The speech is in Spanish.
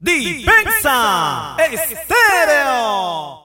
Dispensa Estéreo.